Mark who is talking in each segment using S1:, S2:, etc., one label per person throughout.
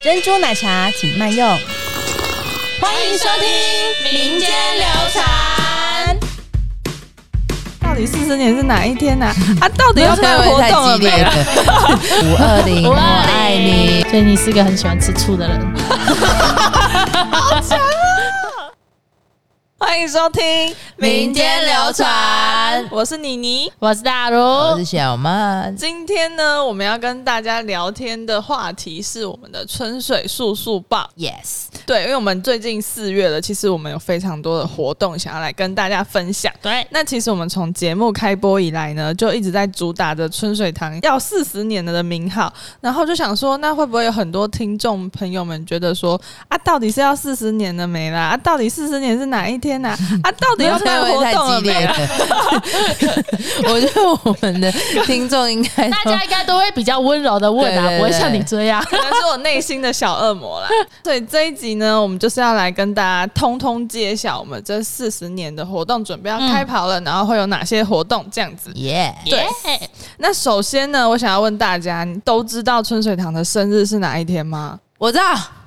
S1: 珍珠奶茶请慢用。欢迎收听
S2: 民间流
S1: 传。
S3: 到底四十年是哪一天呢、啊？ 啊，到底要办活动了没 啊？
S1: 五二零，我爱你。
S2: 所以你是个很喜欢吃醋的人。
S3: 欢迎收听
S1: 民间流传，
S3: 我是妮妮。
S2: 我是大如，
S1: 我是小曼，
S3: 今天呢，我们要跟大家聊天的话题是我们的春水速速报。
S1: Yes，
S3: 对，因为我们最近四月了，其实我们有非常多的活动想要来跟大家分享。
S2: 对，
S3: 那其实我们从节目开播以来呢，就一直在主打着春水堂要四十年了的名号，然后就想说，那会不会有很多听众朋友们觉得说，啊，到底是要四十年了没啦？啊，到底四十年是哪一天 呐、啊？到底要办活
S1: 太
S3: 动了
S1: 激
S3: 没
S1: 烈了
S3: 啦？。
S1: 我觉得我们的听众应 该
S2: 大
S1: 都
S2: 家应该都会比较温柔的问啊，
S1: 对对对
S2: 不会像你这 样。
S3: 可能是我内心的小恶魔啦。 所以这一集呢，我们就是要来跟大家通通揭晓我们这四十年的活动准备要
S1: 嗯
S3: 开跑了，然后会有哪些活动这样子。
S1: 耶，
S3: 对
S2: Yeah
S3: 那首先呢，我想要问大家，你都知道春水堂的生日是哪一天吗？
S1: 我知道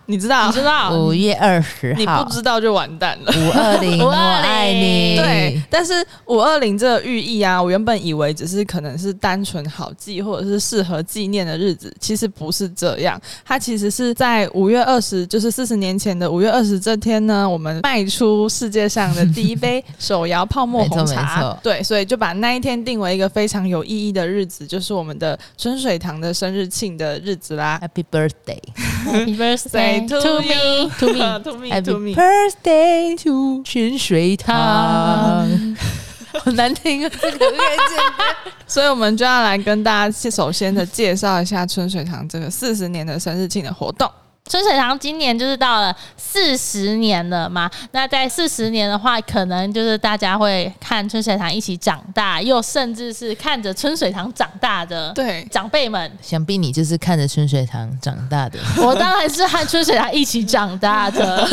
S3: 你知道？
S2: 你知道？
S1: 五月二十
S3: 你
S1: 号
S3: 不，知道就完蛋了。
S1: 五二零，
S2: 520
S1: 我爱你。
S3: 对，，但是五二零这个寓意啊，我原本以为只是可能是单纯好记或者是适合纪念的日子，其实不是这样。它其实是在五月二十，就是四十年前的五月二十这天呢，我们迈出世界上的第一杯手摇泡沫红
S1: 没错没
S3: 茶
S1: 错。
S3: 对，所以就把那一天定为一个非常有意义的日子，就是我们的春水堂的生日庆的日子啦。
S1: Happy birthday,
S2: Happy
S3: Say to
S2: birthday to
S3: you,
S2: me, to me。
S3: to me, to
S1: Happy
S3: me.
S1: birthday to 春水堂， 好难听啊！这个可以剪
S3: 所以我们就要来跟大家首先的介绍一下春水堂这个四十年的生日庆的活动。
S2: 春水堂今年就是到了四十年了嘛，那在四十年的话，可能就是大家会看春水堂一起长大，又甚至是看着春水堂长大的
S3: 对，
S2: 长辈们。
S1: 想必你就是看着春水堂长大的，
S2: 我当然是和春水堂一起长大 的，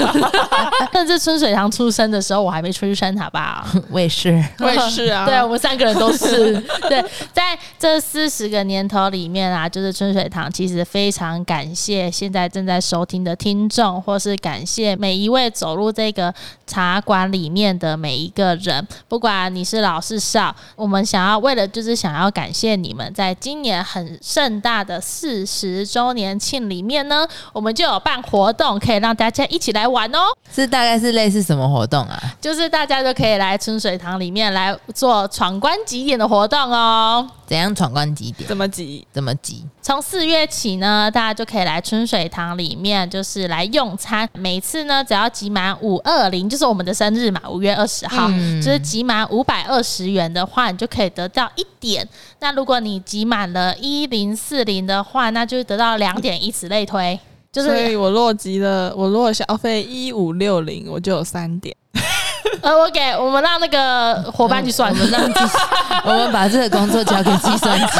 S2: 甚至春水堂出生的时候，我还没出生，好不好？
S1: 我也是。
S3: 我也是啊。
S2: 对我们三个人都是。 对，在这四十个年头里面啊，就是春水堂其实非常感谢现在正在收听的听众，或是感谢每一位走入这个茶馆里面的每一个人，不管你是老是少，我们想要为了就是想要感谢你们，在今年很盛大的四十周年庆里面呢，我们就有办活动，可以让大家一起来玩哦。
S1: 是大概是类似什么活动啊？
S2: 就是大家都可以来春水堂里面来做闯关几点的活动哦。
S1: 怎样闯关几点？
S3: 怎么挤？
S1: 怎么 挤？
S2: 从四月起呢，大家就可以来春水堂里面，就是来用餐。每次呢，只要集满五二零，就是我们的生日嘛，五月二十号，
S3: 嗯
S2: 就是集满五百二十元的话，你就可以得到一点。那如果你集满了一零四零的话，那就得到两点，以此类推。就
S3: 所
S2: 是
S3: 以我若集了，我若消费一五六零，我就有三点。
S2: 呃，我给我们让那个伙伴去算，我们让
S1: 我们把这个工作交给计算 机。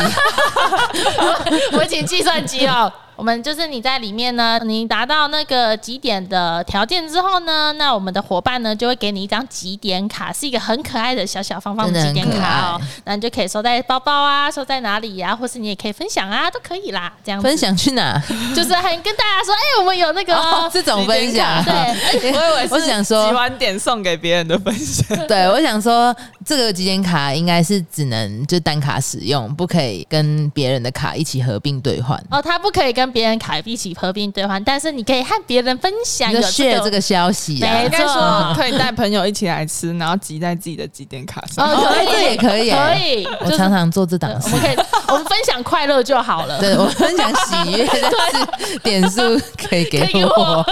S2: 我请计算机哦。我们就是你在里面呢，你达到那个几点的条件之后呢，那我们的伙伴呢就会给你一张几点卡，是一个很可爱的小小方方的
S1: 真的
S2: 几
S1: 很
S2: 点卡哦
S1: 可。
S2: 那你就可以收在包包啊，收在哪里呀、或是你也可以分享啊，都可以啦。这样子
S1: 分享去哪？
S2: 就是还跟大家说，哎、我们有那个哦、
S1: 哦，这种分享。
S2: 对，
S3: 我以为是
S1: 我想说
S3: 集完点送给别人的分享。
S1: 对，我想说这个集点卡应该是只能就单卡使用，不可以跟别人的卡一起合并兑换。
S2: 哦，他不可以跟别人卡一起合并兑换，但是你可以和别人分享
S1: 你
S2: 有
S1: 就
S2: 这
S1: share
S2: 个
S1: 这个消息啊
S2: 没
S3: 应该说
S2: 错
S3: 可以带朋友一起来吃，然后集在自己的几点卡上。
S2: 哦，可以，
S1: 哦这也可以
S2: 可
S1: 欸
S2: 以，
S1: 我
S2: 就是
S1: 常常做这档
S2: 我
S1: 事
S2: 们。可以，我们分享快乐就好了。
S1: 对我分享喜悦，但是点数可以给
S2: 可以给我
S1: 我。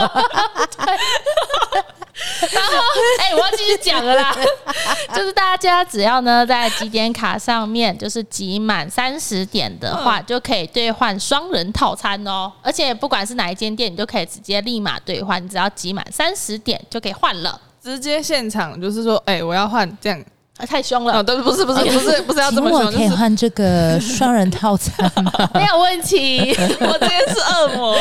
S2: 然后， 哎、我要继续讲了啦，就是大家只要呢在集点卡上面就是集满三十点的话，就可以兑换双人套餐哦。而且不管是哪一间店，你都可以直接立马兑换，你只要集满三十点就可以换了。
S3: 直接现场就是说，哎、我要换这样。
S2: 啊、太凶
S3: 哦，
S2: 了，
S3: 对，不是不是不是不是要这
S1: 请
S3: 么
S1: 我
S3: 凶，就
S1: 可以
S3: 是
S1: 换这个双人套餐吗？
S2: 没有问题。
S3: 我今天是恶魔。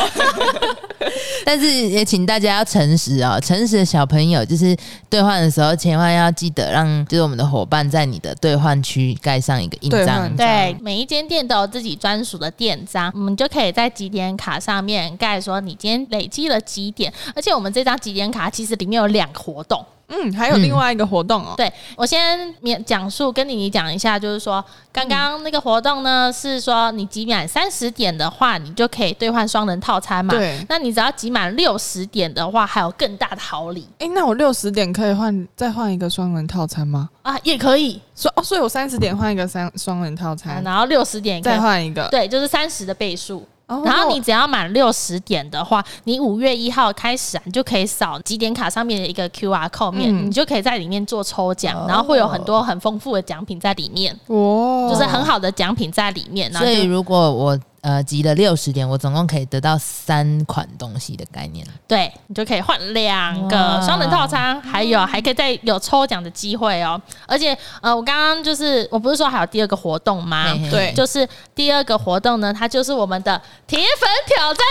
S1: 但是也请大家要诚实哦，诚实的小朋友就是兑换的时候，千万要记得让就是我们的伙伴在你的兑换区盖上一个印
S3: 兑
S1: 章
S3: 换。
S2: 对，每一间店都有自己专属的店章，我们就可以在几点卡上面盖说你今天累积了几点，而且我们这张几点卡其实里面有两个活动。
S3: 嗯，还有另外一个活动哦，
S2: 对我先免讲述，跟你你讲一下，就是说刚刚那个活动呢，是说你集满三十点的话，你就可以兑换双人套餐嘛。
S3: 对
S2: 那你只要集满六十点的话，还有更大的好礼
S3: 哎、那我六十点可以换再换一个双人套餐吗？
S2: 啊，也可以。
S3: 所以哦，所以我三十点换一个三双人套餐，
S2: 啊、然后六十点也可以
S3: 再换一个。
S2: 对，就是三十的倍数。
S3: 哦
S2: 然
S3: 那
S2: 后
S3: 我
S2: 你只要满六十点的话，你五月一号开始啊，你就可以扫几点卡上面的一个 Q R code 面，
S3: 嗯
S2: 你就可以在里面做抽奖，然后会有很多很丰富的奖品在里面，
S3: 哇，
S2: 就是很好的奖品在里面。然后
S1: 所
S2: 就
S1: 以如果我呃集了六十点，我总共可以得到三款东西的概念。
S2: 对你就可以换两个
S1: 哇嗯
S2: 双人套餐，还有还可以再有抽奖的机会哦。而且呃，我刚刚就是我不是说还有第二个活动吗？
S1: 嘿嘿
S3: 对
S2: 就是第二个活动呢，它就是我们的铁粉挑战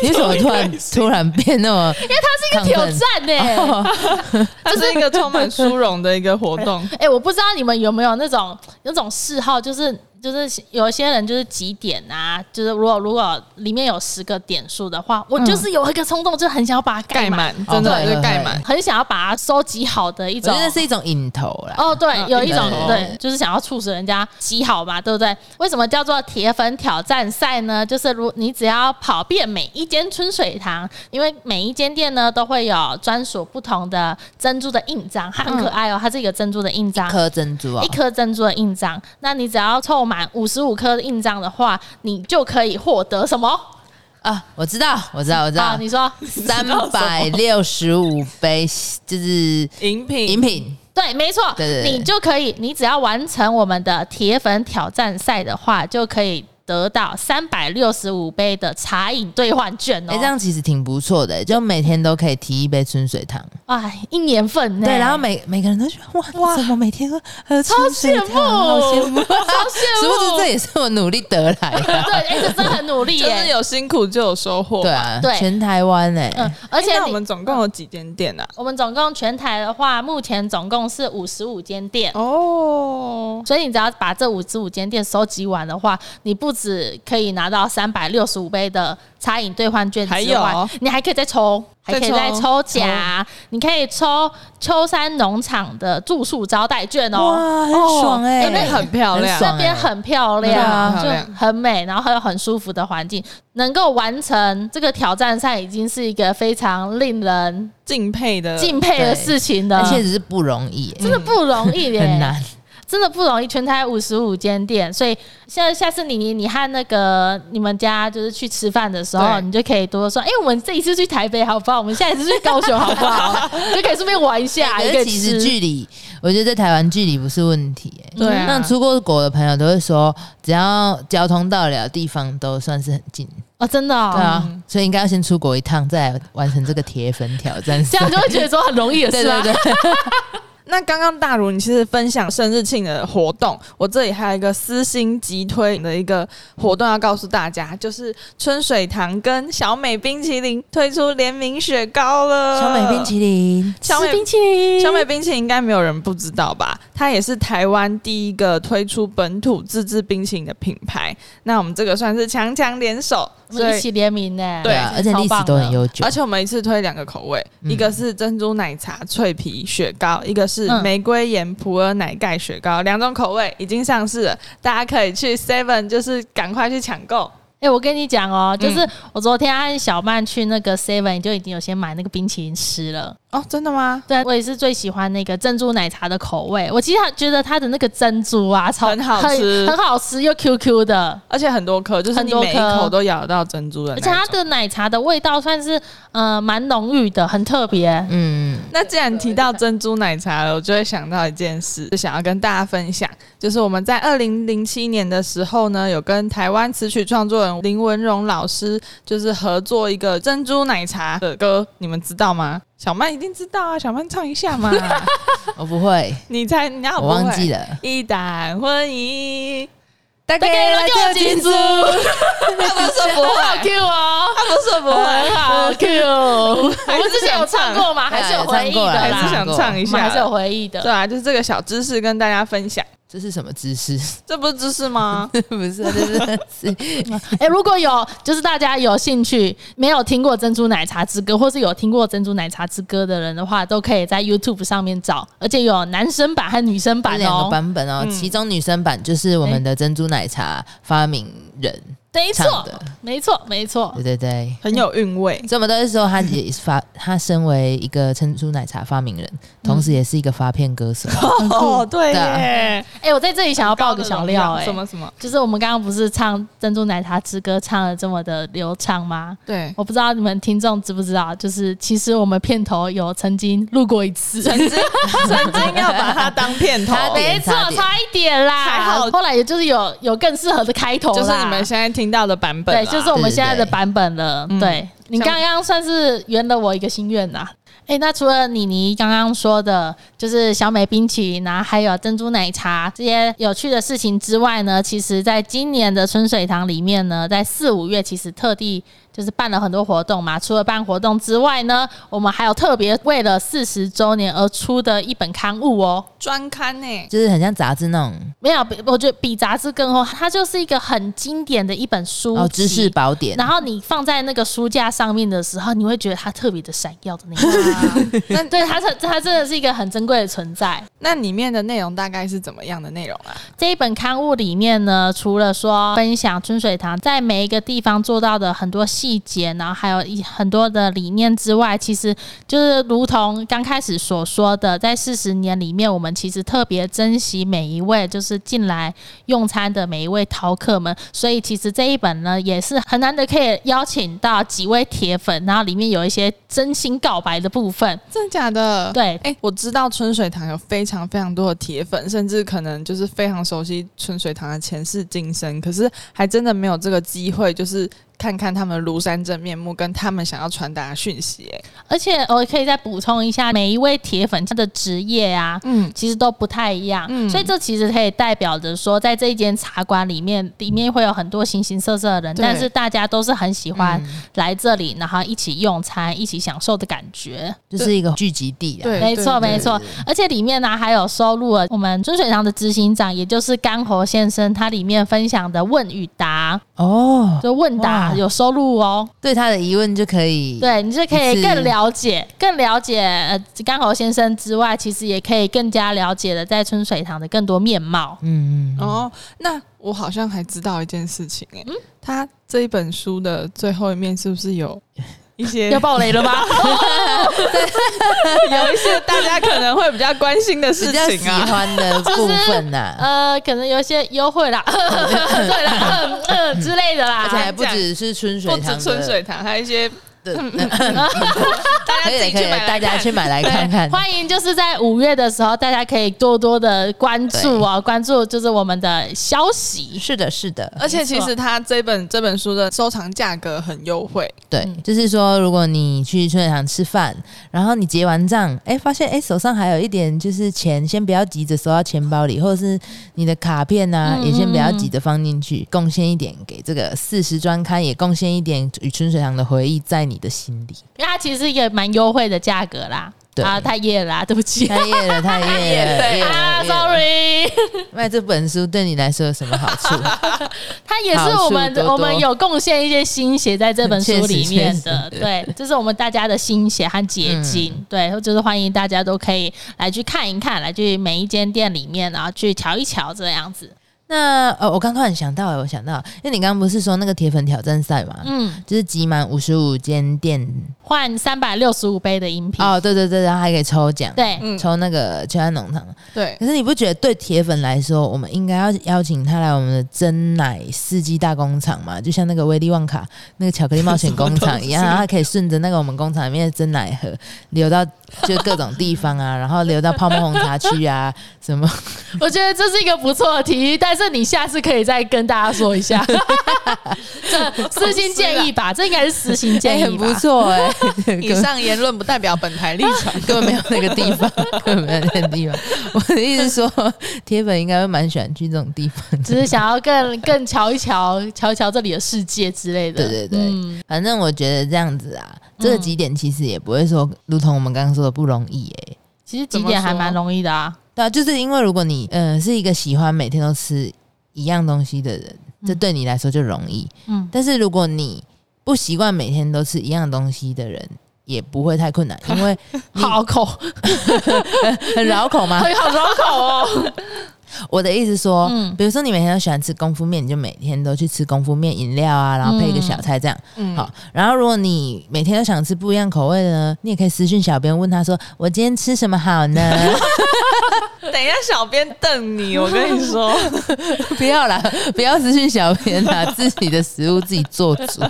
S1: 你怎么突然突然变那么？因为它
S2: 挑战呢、。
S1: 哦
S3: 它是一个充满殊荣的一个活动
S2: 哎、我不知道你们有没有那种那种嗜好，就是就是有一些人就是几点啊，就是如果如果里面有十个点数的话，
S1: 嗯
S2: 我就是有一个冲动，就很想要把它
S3: 盖
S2: 盖
S3: 满
S2: 满，，
S3: 真
S1: 哦
S3: 的
S1: 对
S3: 就
S1: 对
S3: 盖
S1: 对
S3: 满。
S2: 很想要把它收集好的一
S1: 我觉
S2: 种。
S1: 得是一种瘾头啦。
S2: 哦，对，
S3: 嗯
S2: 有一种
S1: 对
S2: 对，就是想要促使人家洗好嘛，对不对？为什么叫做铁粉挑战赛呢？就是如你只要跑遍每一间春水堂，因为每一间店呢都会有专属不同的珍珠的印章，它很可爱哦，它是一个珍珠的印章
S1: 一。颗珍珠啊、
S2: 一颗珍珠的印章，那你只要凑满五十五颗印章的话，你就可以获得什么？
S1: 啊！我知道，我知道，我知
S2: 啊
S1: 道，，
S2: 你说
S1: 三百六十五杯就是
S3: 饮品，
S1: 饮品，
S2: 对，没错，
S1: 对对对
S2: 你就可以，你只要完成我们的铁粉挑战赛的话，就可以得到三百六十五杯的茶饮兑换券哦。
S1: 哎、这样其实挺不错的、就每天都可以提一杯春水汤。
S2: 哎，一年份呢？
S1: 对，然后每每个人都觉得哇，
S3: 哇
S1: 哇怎么每天喝喝
S2: 超
S1: 春水汤，
S2: 羡慕
S1: 好羡慕，
S2: 超羡
S1: 是
S2: 慕
S1: 不是这也是我努力得来的？
S2: 对，哎、这真的很努力
S3: 就是
S2: 耶。
S3: 有辛苦就有收 获。
S1: 对啊，
S2: 对
S1: 全台湾哎、
S2: 嗯，而
S3: 而
S2: 且
S3: 我
S2: 你
S3: 们总共有几间店啊？
S2: 我们总共全台的话，目前总共是五十五间店。
S3: 哦，
S2: 所以你只要把这五十五间店收集完的话，你不止可以拿到三百六十五杯的餐饮兑换券之
S3: 还有
S2: 外，你还可以再抽，还可以再
S3: 再
S2: 抽
S3: 抽
S2: 奖，你可以抽秋山农场的住宿招待券哦。
S1: 哇，很爽哎、
S3: 真的很漂
S1: 很
S3: 亮
S2: 这
S1: 爽
S2: 边
S1: 哎
S2: 很漂
S3: 对啊
S2: 亮，
S3: 很漂亮
S2: 就很美，然后还有很舒服的环境，能够完成这个挑战赛，已经是一个非常令人
S3: 敬佩的，
S2: 敬佩
S1: 对
S2: 的事情了
S1: 而。且只是不容易、欸，
S2: 真的不容易耶，
S1: 很难。
S2: 真的不容易，全台五十五间店，所以下下次你你你和那个你们家就是去吃饭的时候，
S3: 对
S2: 你就可以多说，哎、我们这一次去台北好不好？我们下一次去高雄好 不好？就可以顺便玩一下，
S1: 哎
S2: 也
S1: 可
S2: 可
S1: 是
S2: 以
S1: 其实
S2: 吃。
S1: 距离，我觉得在台湾距离不是问题、欸。
S3: 对啊
S1: 那出过国的朋友都会说，只要交通到得了的地方，都算是很近。
S2: 哦，真的、哦，
S1: 对啊，所以应该要先出国一趟，再来完成这个铁粉挑 战赛。
S2: 这样就会觉得说很容易的
S1: 对
S2: 事啊。
S1: 对对，
S3: 那刚刚大如，你其实分享生日庆的活动，我这里还有一个私心急推的一个活动要告诉大家，就是春水堂跟小美冰淇淋推出联名雪糕了。
S1: 小美冰淇淋，
S3: 小美
S2: 吃冰淇淋，
S3: 小美冰淇淋应该没有人不知道吧？它也是台湾第一个推出本土自制冰淇淋的品牌。那我们这个算是强强联手，
S2: 我们
S3: 所
S2: 一
S3: 以
S2: 起联名呢。
S3: 对
S1: 啊，而且历史都很悠久
S3: 而。且我们一次推两个口味，
S1: 嗯
S3: 一个是珍珠奶茶脆皮雪糕，一个是
S2: 嗯
S3: 玫瑰盐普洱奶盖雪糕，两种口味已经上市了，大家可以去 Seven 就是赶快去抢购。
S2: 哎、我跟你讲哦，就是
S1: 嗯
S2: 我昨天和小曼去那个 Seven 就已经有先买那个冰淇淋吃了。
S3: 哦，真的吗？
S2: 对，我也是最喜欢那个珍珠奶茶的口味。我其实觉得它的那个珍珠啊，超
S3: 很好吃
S2: 很，很好吃又 Q Q 的，
S3: 而且很多颗，就是你
S2: 很多颗
S3: 每一口都咬得到珍珠的
S2: 而
S3: 那
S2: 且它
S3: 种。
S2: 的奶茶的味道算是呃蛮浓郁的，很特别。
S1: 嗯，
S3: 那既然提到珍珠奶茶了，我就会想到一件事，就想要跟大家分享，就是我们在二零零七年的时候呢，有跟台湾词曲创作人林文荣老师就是合作一个珍珠奶茶的歌，你们知道吗？小曼一定知道啊，小曼唱一下嘛，
S1: 我不会，
S3: 你猜，你要
S1: 我忘记
S3: 了，
S1: 了。
S3: 一旦婚姻。大
S2: 大概来
S3: 来
S2: 救
S3: 救金
S2: 金
S3: 猪
S2: 猪，，
S3: 他们说不
S2: 好
S3: 会，
S2: Q 哦，
S3: 他们说不
S2: 很
S3: 会，
S2: 好 Q。我们之前有唱过吗？
S1: 还
S2: 还
S1: 是
S2: 是
S1: 有
S2: 有
S1: 回
S2: 回
S1: 忆
S2: 忆
S1: 的啦
S2: 的
S3: 还
S2: 啦，
S3: 是想唱一
S2: 我们
S3: 下，
S2: 还是有回忆
S3: 对
S2: 的。
S3: 啊，就是这个小知识跟大家分享，
S1: 这是什么姿势？
S3: 这不是知识吗？
S1: 不是，这是
S2: 哎，如果有就是大家有兴趣没有听过《珍珠奶茶之歌》，或是有听过《珍珠奶茶之歌》的人的话，都可以在 YouTube 上面找，而且有男生版和女生版
S1: 两个
S2: 哦。
S1: 版本哦。
S3: 嗯
S1: 其中女生版就是我们的珍珠奶茶发明人，
S2: 没
S1: 唱
S2: 错
S1: 的，
S2: 没错，没错
S1: 对。对对。
S3: 很有韵味，
S1: 所以我们都是说，他也是发，他身为一个珍珠奶茶发明人，同时也是一个发片歌手。
S3: 哦，对
S1: 对啊
S3: 耶，
S2: 哎，我在这里想要爆个小料，哎
S3: 什，么什 么，
S2: 就是我们刚刚不是唱《珍珠奶茶之歌》唱的这么的流畅吗？
S3: 对，
S2: 我不知道你们听众知不知道，就是其实我们片头有曾经录过一次，
S3: 曾经曾经要把它当片 头，
S1: 他得
S2: 没错，
S1: 差点
S2: 差一点啦。
S3: 还好
S2: 后来也就是有有更适合的开头啦，
S3: 就是你们现在听到的版本啦，
S2: 对，就是我们现在
S1: 对
S2: 的
S1: 对对
S2: 版本了。
S3: 嗯
S2: 对你
S3: 像
S2: 刚刚算是圆了我一个心愿呐。哎、那除了妮妮刚刚说的，就是小美冰淇淋啊，还有珍珠奶茶这些有趣的事情之外呢，其实在今年的春水堂里面呢，在四五月其实特地就是办了很多活动嘛。除了办活动之外呢，我们还有特别为了四十周年而出的一本刊物哦。
S3: 专刊欸呢，
S1: 就是很像杂志那种
S2: 没有，我觉得比杂志更厚，它就是一个很经典的一本书
S1: 哦，知识
S2: 籍
S1: 宝典
S2: 然，后你放在那个书架上面的时候，你会觉得它特别的闪耀的那个。
S3: 那
S2: 对，它是它真的是一个很珍贵的存在。
S3: 那里面的内容大概是怎么样的内容啊？
S2: 这一本刊物里面呢，除了说分享春水堂在每一个地方做到的很多细节，然后还有一很多的理念之外，其实就是如同刚开始所说的，在四十年里面，我们其实特别珍惜每一位就是进来用餐的每一位饕客们，所以其实这一本呢也是很难得可以邀请到几位铁粉，然后里面有一些真心告白的部分，
S3: 真的假的？
S2: 对
S3: 哎、我知道春水堂有非常非常多的铁粉，甚至可能就是非常熟悉春水堂的前世今生，可是还真的没有这个机会，就是看看他们庐山真面目，跟他们想要传达的讯息、哎，
S2: 而且我可以再补充一下，每一位铁粉他的职业啊，
S3: 嗯，
S2: 其实都不太一样，
S3: 嗯
S2: 所以这其实可以代表着说，在这一间茶馆里面，里面会有很多形形色色的人，
S3: 对嗯
S2: 但是大家都是很喜欢来这里，然后一起用餐、一起享受的感觉。
S1: 就是一个聚集地啊。
S3: 对
S2: 没错，
S3: 对
S2: 没错，而且里面呢、还有收录了我们春水堂的执行长，也就是干活先生，他里面分享的问与答，
S1: 哦，
S2: 就问答
S1: 哇
S2: 有收录哦。
S1: 对他的疑问就可以
S2: 对你就可
S1: 一
S2: 以
S1: 次
S2: 更了解、更了解呃干侯先生之外，其实也可以更加了解了在春水堂的更多面貌。
S1: 嗯，嗯嗯，
S3: 哦，那我好像还知道一件事情、哎、他这一本书的最后一面是不是 有一些
S2: 要爆雷了吧？
S3: 有一些大家可能会比较关心的
S1: 比
S3: 事
S1: 较喜
S3: 情啊？
S1: 欢的部分啊呐，
S2: 呃，可能有一些优惠啦， 对啦，嗯嗯之类的
S1: 而且还
S2: 啦。
S1: 不只是春 水
S3: 不
S1: 堂
S3: 止
S1: 的，
S3: 春水堂，还有一些
S1: 的，
S3: 大
S1: 可
S3: 家
S1: 以
S3: 自
S1: 的可以
S3: 己去
S1: 的，
S3: 买来
S1: 大家
S3: 看
S1: 去买来
S2: 对
S1: 看看。
S2: 欢迎就是在五月的时候，大家可以多多的关注哦，关注就是我们的消息。
S1: 是的，是的，
S3: 而且其
S2: 没
S3: 实
S2: 错
S3: 它这本这本书的收藏价格很优惠，
S1: 对，
S2: 嗯
S1: 就是说，如果你去春水堂吃饭，然后你结完账，哎，发现哎手上还有一点就是钱，先不要急着收到钱包里，或者是你的卡片啊，
S2: 嗯
S1: 也先不要急着放进去，贡献一点给这个四十专刊，也贡献一点与春水堂的回忆在你的心 里。
S2: 因为它其实也蛮优惠的价格啦。
S1: 对
S2: 啊，太夜了啦，对不起。
S1: 太夜了，太夜 了，夜了
S2: 啊
S1: 夜了
S2: ，sorry。
S1: 卖这本书对你来说有什么好 处？
S2: 它也是我们
S1: 好处多多
S2: 我们有贡献一些心血在这本书里面
S1: 确实
S2: 的，
S1: 确实嗯
S2: 对，这是我们大家的心血和结晶，对，就是欢迎大家都可以来去看一看，来去每一间店里面，然后去瞧一瞧这样子，
S1: 那呃，我刚突然想到，我想到，因为你刚刚不是说那个铁粉挑战赛嘛，
S2: 嗯，
S1: 就是集满五十五间店
S2: 换三百六十五杯的饮品，
S1: 哦，对对对，然后还可以抽奖，
S2: 对，
S3: 嗯
S1: 抽那个全安农场。
S3: 对，
S1: 可是你不觉得对铁粉来说，我们应该要邀请他来我们的真奶四季大工厂嘛？就像那个威力旺卡那个巧克力冒险工厂一样，然
S3: 什么东西
S1: 后他可以顺着那个我们工厂里面的真奶盒流到就各种地方啊，然后流到泡沫红茶区啊，什么
S2: 我觉得这是一个不错的提议，但是你下次可以再跟大家说 一下。这私心建议吧，这应该是私心建
S1: 哎
S2: 议吧。
S1: 很不错哎、
S3: 以上言论不代表本台立 场。
S1: 根本没有那个地方， 根本没有那个地方。我的意思是说，铁粉应该会蛮喜欢去这种地方的。
S2: 只是想要更更瞧一瞧，瞧一瞧这里的世界之类的。嗯
S1: 对对对，反正我觉得这样子啊，这个几点其实也不会说，如同我们刚刚说的不容易哎、
S2: 其实几点还蛮容易的啊。
S1: 对啊，就是因为如果你呃是一个喜欢每天都吃一样东西的人，这对你来说就容易。
S2: 嗯，
S1: 但是如果你不习惯每天都吃一样东西的人，也不会太困难，因为你
S2: 好口，
S1: 很绕口嘛。
S2: 好绕口哦。
S1: 我的意思说，
S2: 嗯
S1: 比如说你每天都喜欢吃功夫面，你就每天都去吃功夫面饮料啊，然后配一个小菜这样。
S3: 嗯，
S1: 好，然后如果你每天都想吃不一样口味的呢，你也可以私讯小编问他说：“我今天吃什么好呢
S3: 等一下，小编瞪你，我跟你说，？”
S1: 不要啦，不要私讯小编啦，自己的食物自己做主。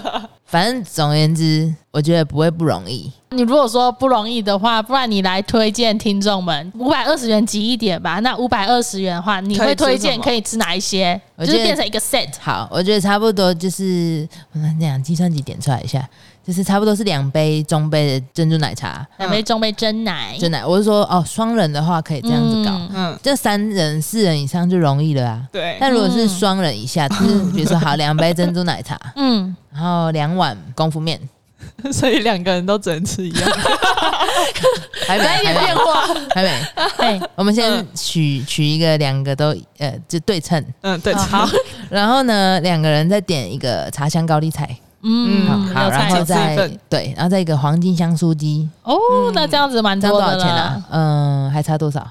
S1: 反正总而言之，我觉得不会不容易。
S2: 你如果说不容易的话，不然你来推荐听众们五百二十元集一点吧。那五百二十元的话，你会推荐可
S3: 可
S2: 以吃哪一些？
S1: 我
S2: 就是
S1: 觉得
S2: 变成一个 set。
S1: 好，我觉得差不多就是我们讲计算机点出来一下，就是差不多是两杯中杯的珍珠奶茶。
S2: 两杯中杯真奶，
S1: 嗯真奶，我是说哦，双人的话可以这样子搞，
S2: 嗯
S3: 嗯，
S1: 这三人、四人以上就容易了啊。
S3: 对，
S1: 但如果是双人以下，就是比如说好两杯珍珠奶茶，
S2: 嗯，
S1: 然后两碗功夫面，
S3: 所以两个人都只能吃一样。
S1: 还没
S2: 来一
S1: 还
S2: 点变
S1: 没
S2: 化。
S1: 还没，
S2: 哎，
S1: 我们先取取一个两个都呃就对称，
S3: 嗯，对，
S2: 哦好，
S1: 然后呢两个人再点一个茶香高丽菜，
S2: 嗯，
S1: 好，好，
S2: 有
S1: 然
S2: 菜
S1: 后
S3: 有菜
S1: 再
S3: 份
S1: 对，然后再一个黄金香酥鸡，
S2: 哦，那这样子蛮
S1: 嗯这样
S2: 多
S1: 多
S2: 的
S1: 少钱
S2: 了
S1: 啊？，嗯，还差多少？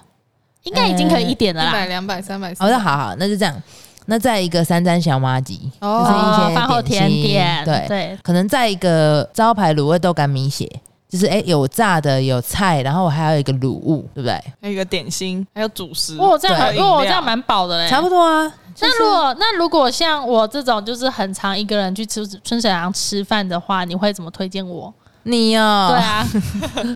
S2: 应该已经可以一点了
S3: 一
S2: 啦
S1: 哎
S3: 百、。两百、三百，
S1: 好的，那好好，那就这样。那再一个三沾小麻吉，
S3: 哦
S1: 就是一些
S2: 饭后甜
S1: 心
S2: 点，
S1: 对，
S2: 对，
S1: 可能在一个招牌卤味豆干米血，就是哎、诶有炸的有菜，然后我还有一个卤物，对不对？
S3: 还有一个点心，还有主食。
S2: 哇，哦这样
S1: 对
S2: 很，因为我这样蛮饱的嘞。
S1: 差不多啊。
S2: 那如果那如果像我这种就是很常一个人去吃春水堂吃饭的话，你会怎么推荐我？
S1: 你哦，
S2: 对啊，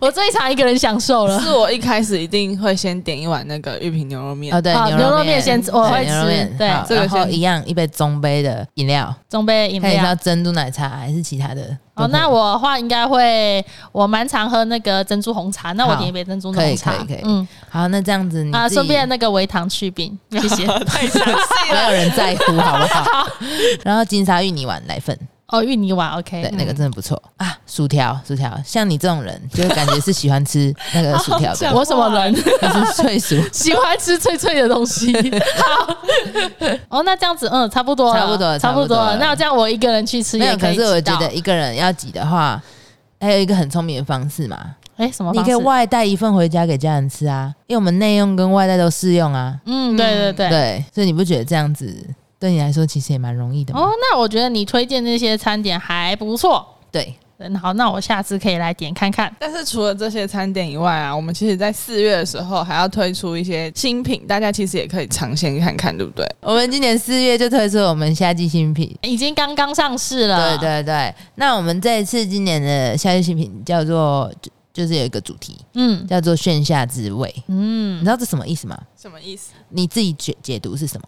S2: 我最常一个人享受 了。
S3: 是我一开始一定会先点一碗那个玉平牛肉面
S1: 哦，对，
S2: 哦
S1: 肉
S2: 牛肉面先吃我
S1: 对
S2: 会
S1: 牛肉
S2: 吃
S1: 面
S2: 对
S1: 好
S3: 这个
S1: 然后
S3: 先
S1: 一样一杯中杯的饮料，
S2: 中杯饮
S1: 看你是要
S2: 料。
S1: 珍珠奶茶还是其他的。
S2: 哦，
S1: 都可以
S2: 啊那我的话应该会，我蛮常喝那个珍珠红茶，那我
S1: 好
S2: 点一杯珍珠
S1: 可以
S2: 红茶
S1: 可以可以，
S2: 嗯
S1: 好，那这样子你
S2: 啊，
S1: 自己
S2: 顺便那个微糖去 冰，谢谢。
S3: 太详细
S1: 没有人在 乎，好不好？然后金沙芋泥丸奶粉，
S2: 哦，芋泥碗
S1: 对
S2: OK，，
S1: 那个真的不错啊。薯条，薯条，像你这种人，就是感觉是喜欢吃那个薯 条的，
S3: 好
S2: 我什么人？
S1: 就是脆薯，
S2: 喜欢吃脆脆的东 西。好，哦，那这样子，嗯，差不多了，
S1: 差不多了
S2: 差不
S1: 差不多
S2: 多了。
S1: 了
S2: 那这样我一个人去吃
S1: 没有，
S2: 也
S1: 可
S2: 以
S1: 是
S2: 吃
S1: 我觉
S2: 到
S1: 得，一个人要挤的话，还有一个很聪明的方式嘛，
S2: 哎，什么
S1: 你
S2: 方
S1: 可
S2: 式？
S1: 以外带一份回家给家人吃啊，因为我们内用跟外带都适用啊。
S2: 嗯，对对对。
S1: 对，所以你不觉得这样子对你来说其实也蛮容易的吗？
S2: 哦，那我觉得你推荐那些餐点还不错。
S1: 对，
S2: 嗯，好，那我下次可以来点看看。
S3: 但是除了这些餐点以外啊，我们其实在四月的时候还要推出一些新品，大家其实也可以尝鲜看看，对不对？
S1: 我们今年四月就推出我们夏季新品。
S2: 已经刚刚上市了，
S1: 对啊对对，那我们这一次今年的夏季新品叫做，就就是有一个主题
S2: 嗯
S1: 叫做“炫下滋味”，你
S2: 嗯，
S1: 知道这什么意思吗？
S3: 什么意思？
S1: 你自己解解读是什么？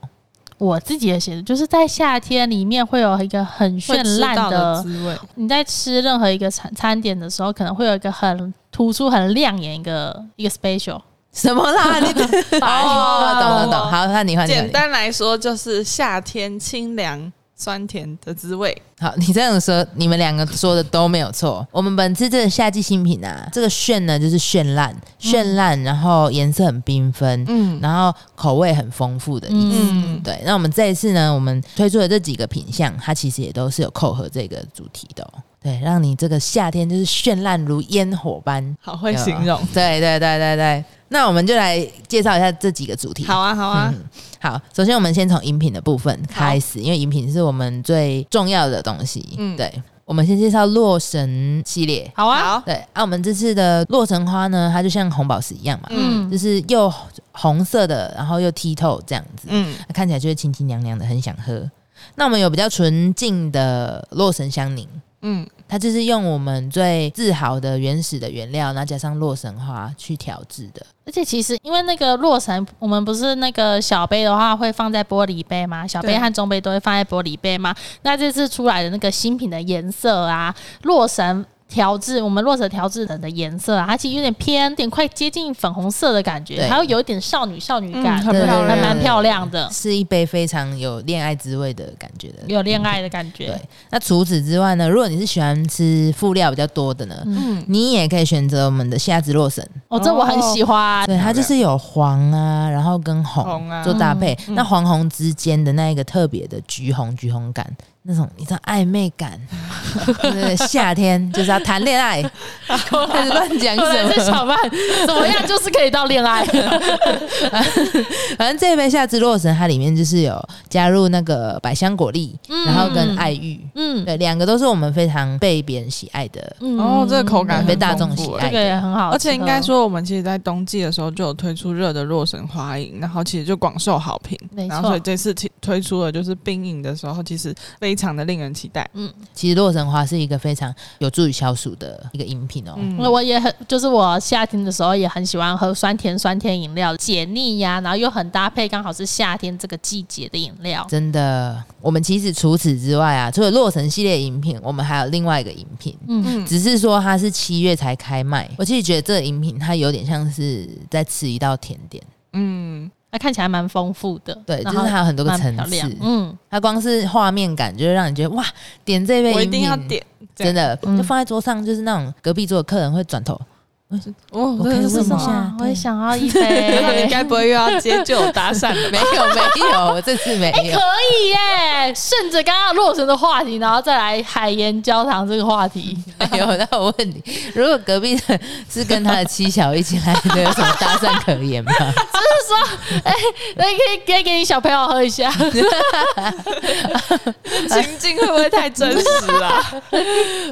S2: 我自己也写的，就是在夏天里面会有一个很
S3: 会
S2: 绚
S3: 吃
S2: 烂
S3: 到
S2: 的
S3: 的滋味，
S2: 你在吃任何一个餐餐点的时候，可能会有一个很突出、很亮眼一个一个 special。
S1: 什么啦？ 你哦，懂了懂了。好，那你换你换
S3: 简
S1: 你。
S3: 单来说就是夏天清凉酸甜的滋味。
S1: 好，你这样说，你们两个说的都没有错。我们本次这个夏季新品啊，这个炫呢就是绚烂，绚烂，然后颜色很缤纷，
S3: 嗯
S1: 然后口味很丰富的意思。
S3: 嗯，
S1: 对，那我们这一次呢，我们推出的这几个品相，它其实也都是有扣合这个主题的、哦。对，让你这个夏天就是绚烂如烟火般。
S3: 好会形容。
S1: 对对对对对，那我们就来介绍一下这几个主题。
S3: 好啊，好
S1: 嗯
S3: 啊，
S1: 好，首先我们先从饮品的部分开始，因为饮品是我们最重要的东西。嗯，
S3: 嗯
S1: 对，我们先介绍洛神系列。
S2: 好啊，
S3: 好，
S1: 对，啊，我们这次的洛神花呢，它就像红宝石一样嘛，
S2: 嗯
S1: 就是又红色的，然后又剔透这样子，
S3: 嗯，
S1: 看起来就是清清凉凉的，很想喝。那我们有比较纯净的洛神香凝，
S3: 嗯，
S1: 它就是用我们最自豪的原始的原料，然后加上洛神花去调制的。
S2: 而且其实因为那个洛神，我们不是那个小杯的话会放在玻璃杯吗？小杯
S3: 对
S2: 和中杯都会放在玻璃杯吗？那这次出来的那个新品的颜色啊，洛神。调制我们洛神调制的的颜色啊，它其实有点偏，有点快接近粉红色的感觉，
S1: 对
S2: 还有有一点少女少女
S3: 嗯
S2: 感，
S3: 很
S1: 对
S3: 漂
S1: 对
S2: 还
S3: 亮
S2: 蛮漂亮的，
S1: 是一杯非常有恋爱滋味的感觉的。
S2: 有恋爱的感觉
S1: 对。，那除此之外呢，如果你是喜欢吃副料比较多的呢，
S3: 嗯，
S1: 你也可以选择我们的虾子洛神，
S2: 哦，这我很喜欢。
S1: 对，它就是有黄啊，然后跟红
S3: 红啊
S1: 做搭配。
S3: 嗯
S1: 那黄红之间的那一个特别的橘红橘红感，那种你知道暧昧感， 对，夏天就是要谈恋爱， 开
S3: 哦
S1: 始乱讲
S2: 后来
S1: 什
S2: 是
S1: 么？
S2: 小曼怎么样，就是可以到恋爱。
S1: 反正这一杯夏之洛神，它里面就是有加入那个百香果粒，然后跟爱玉，
S2: 嗯，
S1: 对，两个都是我们非常被别人喜爱的，
S2: 嗯
S3: 哦，这个口感
S1: 被
S3: 很
S1: 大众
S3: 丰富
S1: 喜
S3: 欸
S1: 爱
S2: 这个也很好吃，嗯
S3: 而且应该说，我们其实，在冬季的时候就有推出热的洛神花饮，然后其实就广受好评。
S2: 没错
S3: 然后所以这次提推出的就是冰饮的时候，其实非常的令人期待。
S1: 其实洛神花是一个非常有助于消暑的一个饮品哦。
S3: 嗯，
S2: 我我也很，就是我夏天的时候也很喜欢喝酸甜酸甜饮料，解腻呀、然后又很搭配，刚好是夏天这个季节的饮料。
S1: 真的，我们其实除此之外啊，除了洛神系列饮品，我们还有另外一个饮品，
S2: 嗯，
S1: 只是说它是七月才开卖。我其实觉得这个饮品它有点像是在吃一道甜点，
S3: 嗯，
S2: 它看起来蛮丰富的，
S1: 对，就
S2: 然
S1: 是
S2: 后
S1: 它有很多个
S2: 蛮
S1: 层
S2: 漂亮
S1: 次，
S2: 嗯，
S1: 它光是画面感就会让你觉得哇，点这杯饮
S3: 嗯我
S1: 品
S3: 一定要，点。这
S1: 真
S3: 样
S1: 的
S2: 嗯
S1: 就放在桌上，就是那种隔壁桌的客人会转头，
S3: 哦，
S1: 我
S3: 这
S1: 可以
S3: 是
S1: 问
S3: 什
S1: 一
S3: 么
S1: 下
S3: 啊？
S2: 哇，
S1: 对
S2: 我也想要一
S3: 那你
S2: 杯。
S3: 该不会又要接就搭讪了
S1: 没有 没有，我这次没
S2: 哎、
S1: 有
S2: 可。以耶！顺着刚刚洛神的话题，然后再来海盐焦糖这个 话题，
S1: 没 有，那我问你，如果隔壁的是跟他的妻小一起来的，有什么搭讪可言吗？
S2: 哎那可以可以给你小朋友喝一下。
S3: 情境会不会太真实啊？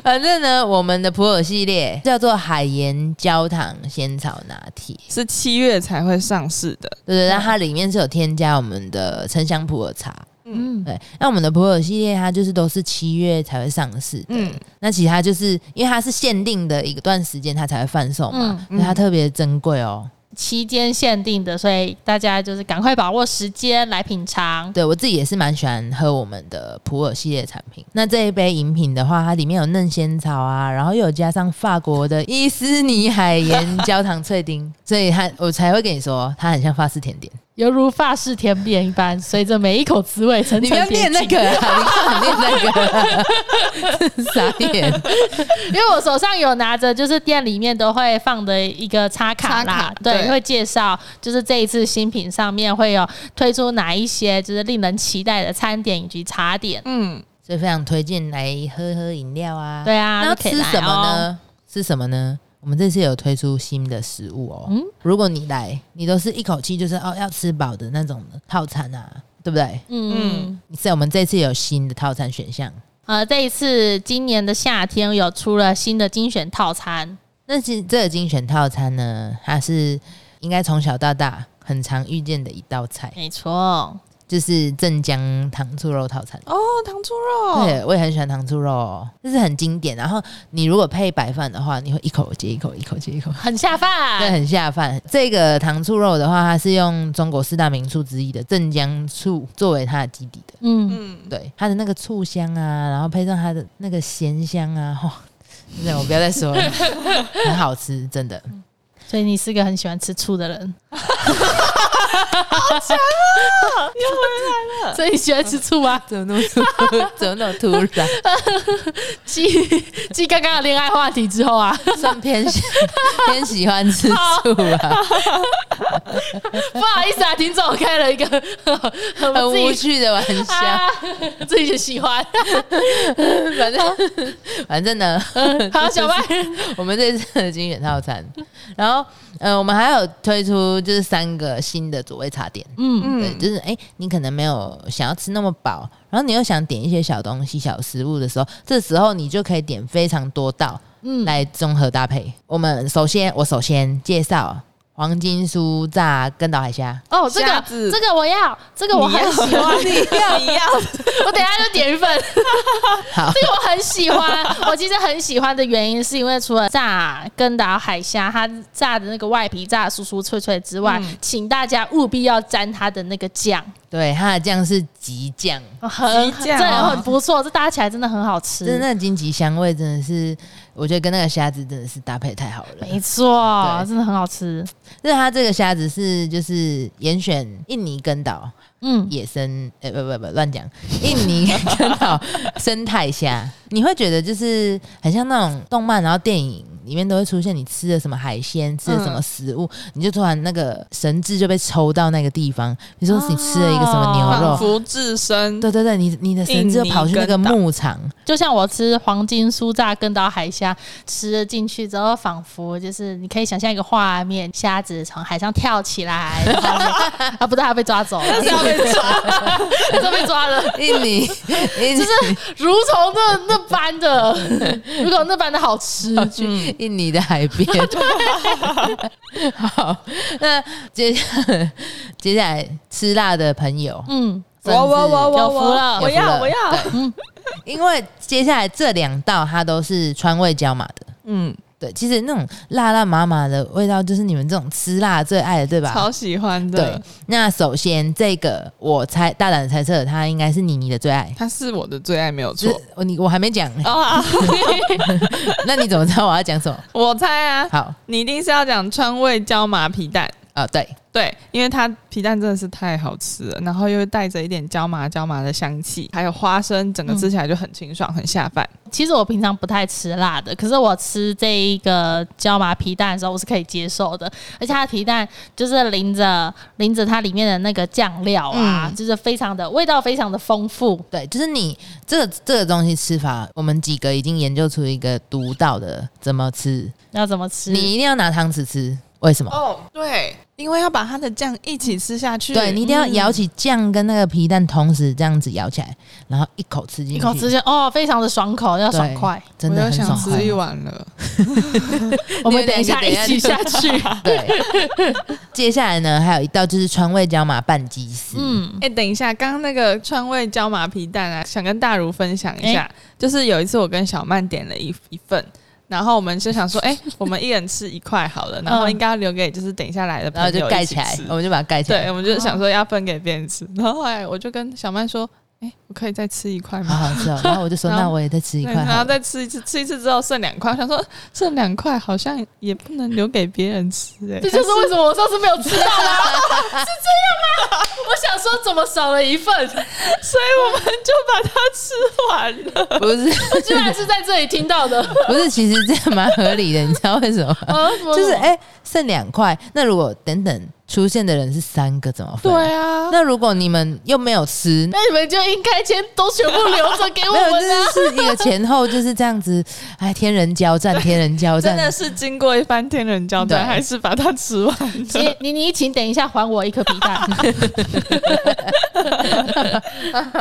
S1: 反正呢，我们的普洱系列叫做海盐焦糖仙草拿铁，
S3: 是七月才会上市的。
S1: 对对，那它里面是有添加我们的沉香普洱茶。
S2: 嗯，
S1: 对，那我们的普洱系列它就是都是七月才会上市的，
S3: 嗯
S1: 那其他就是因为它是限定的一段时间它才会贩售嘛，所
S3: 嗯
S1: 以它特别珍贵哦。
S2: 期间限定的，所以大家就是赶快把握时间来品尝。
S1: 对我自己也是蛮喜欢喝我们的普洱系列产品。那这一杯饮品的话，它里面有嫩仙草啊，然后又有加上法国的伊斯尼海盐焦糖脆丁，所以它我才会跟你说它很像法式甜点。
S2: 犹如法式甜点一般，随着每一口滋味层
S1: 你不要
S2: 层叠
S1: 念那
S2: 进。
S1: 个、啊，你干嘛念那个、啊？ 傻眼。
S2: 因为我手上有拿着，就是店里面都会放的一个插卡啦，
S3: 插卡
S2: 对，
S3: 对
S2: 会介绍就是这一次新品上面会有推出哪一些就是令人期待的餐点以及茶点。
S3: 嗯，
S1: 所以非常推荐来喝喝饮料啊。
S2: 对啊，
S1: 那要
S2: 就可
S1: 吃
S2: 以来
S1: 什么
S2: 哦？
S1: 呢？吃什么呢？我们这次有推出新的食物哦。
S2: 嗯
S1: 如果你来，你都是一口气就是哦要吃饱的那种套餐啊，对不对？
S2: 嗯，
S1: 所以我们这次有新的套餐选项。
S2: 呃，这一次今年的夏天有出了新的精选套餐，
S1: 那其实这个精选套餐呢，它是应该从小到大很常遇见的一道菜，
S2: 没错，
S1: 就是镇江糖醋肉套餐。
S3: 哦，糖醋肉，
S1: 对，我也很喜欢糖醋肉、哦，这是很经典。然后你如果配白饭的话，你会一口接一口，一口接一口，
S2: 很下
S1: 对，
S2: 饭。
S1: 很下饭。这个糖醋肉的话，它是用中国四大名醋之一的镇江醋作为它的基底的，
S2: 嗯，
S3: 嗯，
S1: 对，它的那个醋香啊，然后配上它的那个咸香啊， 哇、真的，我不要再说 了，很好吃，真的。
S2: 所以你是个很喜欢吃醋的人，好强啊！又回来了， 所以你喜欢吃醋吗？
S1: 怎么那么突怎么那么突然？
S2: 继继刚刚的恋爱话题之 后啊，
S1: 算偏喜偏喜欢吃醋 啊，
S2: 不好意思啊，听众我开了一个
S1: 很
S2: 很
S1: 无趣的玩笑。
S2: 啊，自己 喜欢。
S1: 反正反正呢，
S2: 好，小麦，
S1: 我们这次的精选套餐，然后呃，我们还有推出就是三个新的佐味茶点。
S2: 嗯，
S1: 对，
S3: 嗯，
S1: 就是哎、你可能没有想要吃那么饱，然后你又想点一些小东西、小食物的时候，这时候你就可以点非常多道，嗯，来综合搭配。我们首先，我首先介绍黄金酥炸根岛海虾，
S2: 哦，这
S3: 虾
S2: 个
S3: 子
S2: 这个我要，这个我很喜欢，
S3: 你要 你要，
S2: 我等一下就点 一份。
S1: 好
S2: 这个我很喜欢，我其实很喜欢的原因是因为除了炸根岛海虾，它炸的那个外皮炸得酥酥脆脆之外，
S3: 嗯
S2: 请大家务必要沾它的那个酱，
S1: 对，它的酱是极酱，
S2: 很
S3: 极
S2: 这
S3: 酱哦
S2: 很不错，这搭起来真的很好吃。
S1: 真的那荆棘香味真的是，我觉得跟那个虾子真的是搭配太好了。
S2: 没错，
S1: 对
S2: 真的很好吃。
S1: 那它这个虾子是就是严选印尼根岛
S2: 嗯，
S1: 野生，呃、不不不乱讲， 印尼根岛生态虾， 你会觉得就是很像那种动漫，然后电影里面都会出现你吃的什么海鲜，吃的什么食物，你就突然那个神智就被抽到那个地方，比如说你吃了一个什么牛肉。
S3: 哦仿佛置身
S1: 对对对，你你的神智就跑去那个
S3: 印尼根岛
S1: 牧场，
S2: 就像我吃黄金酥炸跟到海虾，吃了进去之后，仿佛就是你可以想象一个画面：虾子从海上跳起来，然后 啊，不对，它被抓走 了，
S3: 是要被抓，
S2: 这被抓了，
S1: 印尼， 印尼
S2: 如同那那般的， 如同那般的好吃。
S1: 去印尼的海边。 好，那接下 接下来吃辣的朋友，
S2: 嗯，
S1: 真是
S3: 我我我我
S2: 有福了
S1: 有福
S3: 我要
S1: 了
S3: 我要，
S1: 因为接下来这两道它都是川味椒麻的。
S3: 嗯，
S1: 对，其实那种辣辣麻麻的味道，就是你们这种吃辣最爱的，对吧？
S3: 超喜欢
S1: 对
S3: 的，。
S1: 那首先这个，我猜大胆猜测，它应该是妮妮的最爱。
S3: 它是我的最爱，没有
S1: 就
S3: 错
S1: 是 我你我还没讲，
S3: 啊！
S1: 那你怎么知道我要讲什么？
S3: 我猜啊，
S1: 好，
S3: 你一定是要讲川味椒麻皮蛋。
S1: 哦，对，
S3: 对，因为它皮蛋真的是太好吃了，然后又带着一点椒麻椒麻的香气，还有花生，整个吃起来就很清爽，很下饭。
S2: 其实我平常不太吃辣的，可是我吃这一个椒麻皮蛋的时候，我是可以接受的。而且它的皮蛋就是淋着淋着它里面的那个酱料啊，
S3: 嗯
S2: 就是非常的味道非常的丰富。
S1: 对，就是你这个这个东西吃法，我们几个已经研究出一个独到的怎么吃。
S2: 要怎么吃？
S1: 你一定要拿汤匙吃，为什么？
S3: 哦，对，因为要把它的酱一起吃下去，嗯
S1: 对你一定要舀起酱跟那个皮蛋，同时这样子舀起来，然后一口吃进去，
S2: 一口吃下哦，非常的爽口，要
S1: 对
S2: 爽快。
S1: 真
S3: 我
S1: 的
S3: 又
S1: 很
S3: 想
S1: 爽
S3: 吃
S1: 快
S3: 一。碗了。
S2: 我们等一下一起下去。
S1: 对， 接下来呢，还有一道就是川味椒麻拌鸡丝。嗯，
S2: 嗯，
S3: 哎、等一下，刚刚那个川味椒麻皮蛋啊，想跟大如分享一下，
S1: 哎
S3: 就是有一次我跟小曼点了一一份。然后我们就想说，哎、我们一人吃一块好 了，然后应该要留给就是等一下来的朋
S1: 然后
S3: 友
S1: 就盖起来哦
S3: 一起，吃
S1: 我们就把它盖起
S3: 对，
S1: 来。
S3: 我们就
S1: 哦
S3: 想说要分给别人吃。然后后来我就跟小曼说：“哎、我可以再吃一块
S1: 好
S3: 吗
S1: 好吃哦。然后我就说，
S3: 然后
S1: 那我也再吃？”一
S3: 对
S1: 块
S3: 然
S1: 好
S3: 后
S1: 了。
S3: 再吃一次，吃一次之后剩两块，我想说剩两块好像也不能留给别人吃、哎，
S2: 这就是为什么我上次没有吃到啦、是这样吗？我想说怎么少了一份，
S3: 所以我们就把它吃完了。
S1: 不是
S2: 居然是在这里 听到的。
S1: 不是，其实这样蛮合理的，你知道为什么吗？
S2: 啊，
S3: 哦
S1: 就是哎、剩两块，那如果等等出现的人是三个怎么分？
S3: 对啊，
S1: 那如果你们又没有吃，
S2: 那你们就应该先都全部留着给我
S1: 没有，
S2: 们啊！
S1: 就是一个前后就是这样子，哎，天人交战，天人交
S3: 真的
S1: 战。
S3: 是经过一番天人交
S1: 对
S3: 战，还是把它吃完了。
S2: 你你你，请等一下，还我一颗皮蛋。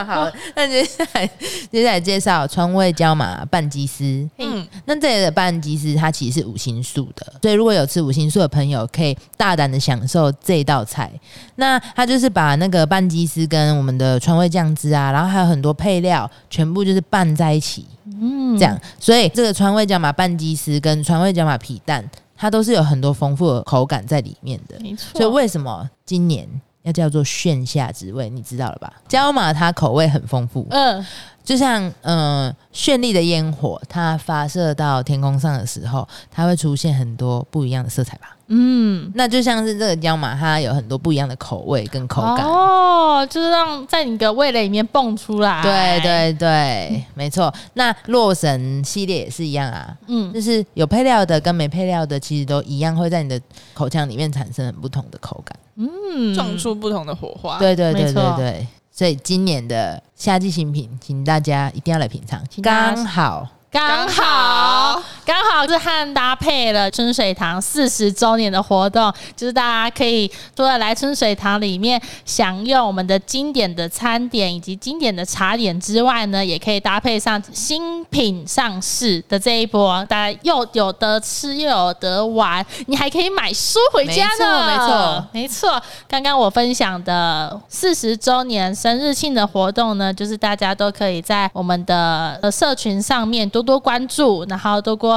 S1: 好， 那接下来接下来介绍川味椒麻拌鸡丝。
S3: 嗯，
S1: 那这里的拌鸡丝它其实是五星素的，所以如果有吃五星素的朋友，可以大胆的享受这道菜。那它就是把那个拌鸡丝跟我们的川味酱汁啊，然后还有很多配料，全部就是拌在一起。
S2: 嗯
S1: 这样，所以这个川味椒麻拌鸡丝跟川味椒麻皮蛋，它都是有很多丰富的口感在里面的。
S2: 没
S1: 所以
S2: 错。
S1: 为什么今年要叫做炫下之味，你知道了吧？椒麻它口味很丰富，
S2: 嗯，
S1: 就像嗯、呃绚丽的烟火，它发射到天空上的时候，它会出现很多不一样的色彩吧？
S2: 嗯，
S1: 那就像是这个椒麻，它有很多不一样的口味跟口感。
S2: 哦，就是让在你的味蕾里面蹦出来。
S1: 对，对对，没错。那洛神系列也是一样啊，
S2: 嗯，
S1: 就是有配料的跟没配料的，其实都一样，会在你的口腔里面产生很不同的口感。
S3: 撞出不同的火花。，
S1: 对对对对
S2: 没错
S1: 对，所以今年的夏季新品，请大家一定要来品尝，
S2: 请大家
S1: 刚好
S2: 刚好刚好是和搭配了春水堂四十周年的活动，就是大家可以除了来春水堂里面享用我们的经典的餐点以及经典的茶点之外呢，也可以搭配上新品上市的这一波，大家又有得吃又有得玩，你还可以买书回家呢。
S1: 没错没错
S2: 没错，刚刚我分享的四十周年生日庆的活动呢，就是大家都可以在我们的呃社群上面多多关注，然后多多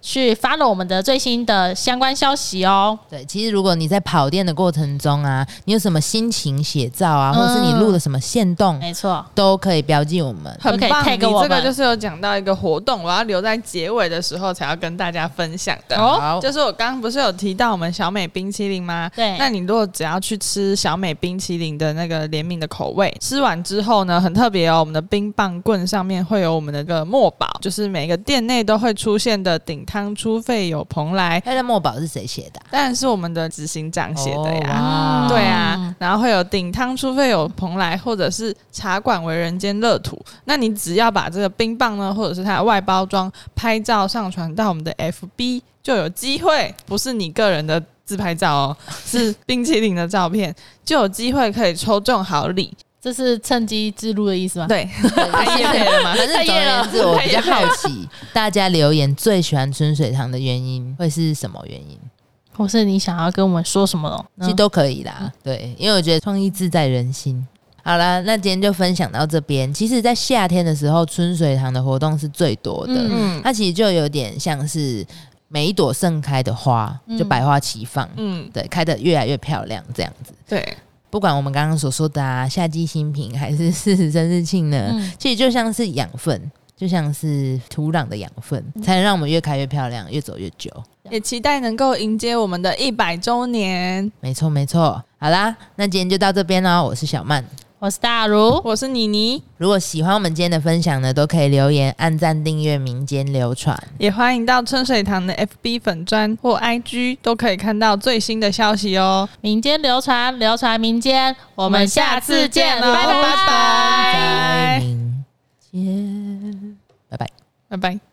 S2: 去 follow 我们的最新的相关消息哦。
S1: 对，其实如果你在跑店的过程中啊，你有什么心情写照啊，或者是你录了什么线动，
S2: 没错，
S1: 都可以标记我们。
S3: 很
S2: 都可以
S3: 棒，
S2: tag
S3: 你
S2: 我
S3: 这
S2: 们
S3: 个就是有讲到一个活动，我要留在结尾的时候才要跟大家分享的。
S2: 哦
S1: 好，
S3: 就是我刚刚不是有提到我们小美冰淇淋吗？
S2: 对
S3: 那你如果只要去吃小美冰淇淋的那个联名的口味，吃完之后呢，很特别哦，我们的冰棒棍上面会有我们的个墨宝，就是每个店内都会出现的顶汤出费有蓬莱，
S1: 那墨宝是谁写的啊、
S3: 当然是我们的执行长写的呀。
S1: 哦哇
S3: 对啊，然后会有顶汤出费有蓬莱，或者是茶馆为人间乐土。那你只要把这个冰棒呢，或者是它的外包装拍照上传到我们的 FB，就有机会，不是你个人的自拍照哦，是冰淇淋的照片，就有机会可以抽中好礼。
S2: 这是趁机之路的意思吗？
S3: 对，
S1: 反
S3: 太夜配 了吗？
S1: 正总而言之，我比较好奇，大家留言最喜欢春水堂的原因会是什么原因？
S2: 或是你想要跟我们说什么
S1: 其
S2: 呢
S1: 实？都可以
S2: 嗯
S1: 啦。对，因为我觉得创意自在人心。好啦，那今天就分享到这边。其实，在夏天的时候，春水堂的活动是最多的。
S2: 嗯
S3: 嗯
S1: 它其实就有点像是每一朵盛开的花，就百花齐放，
S3: 嗯，
S1: 对，开得越来越漂亮这样子。
S3: 对，
S1: 不管我们刚刚所说的啊，夏季新品还是 四十生日庆呢，
S2: 嗯
S1: 其实就像是养分，就像是土壤的养分，
S2: 嗯
S1: 才能让我们越开越漂亮，越走越久。
S3: 也期待能够迎接我们的一百周年。
S1: 没错，没错。好啦，那今天就到这边喽。我是小曼。
S2: 我是大如，
S3: 我是妮妮，
S1: 如果喜欢我们今天的分享呢，都可以留言、按赞、订阅、民间流传。
S3: 也欢迎到春水堂的 FB 粉砖或 IG 都可以看到最新的消息哦。
S2: 民间流传，流传民间，我
S3: 我
S2: 们
S3: 们
S2: 下
S3: 下
S2: 次
S3: 次
S2: 见，
S3: 见
S2: 拜
S3: 喽，
S2: 拜。
S1: 在
S3: 拜
S1: 民间，拜拜。
S3: 拜拜。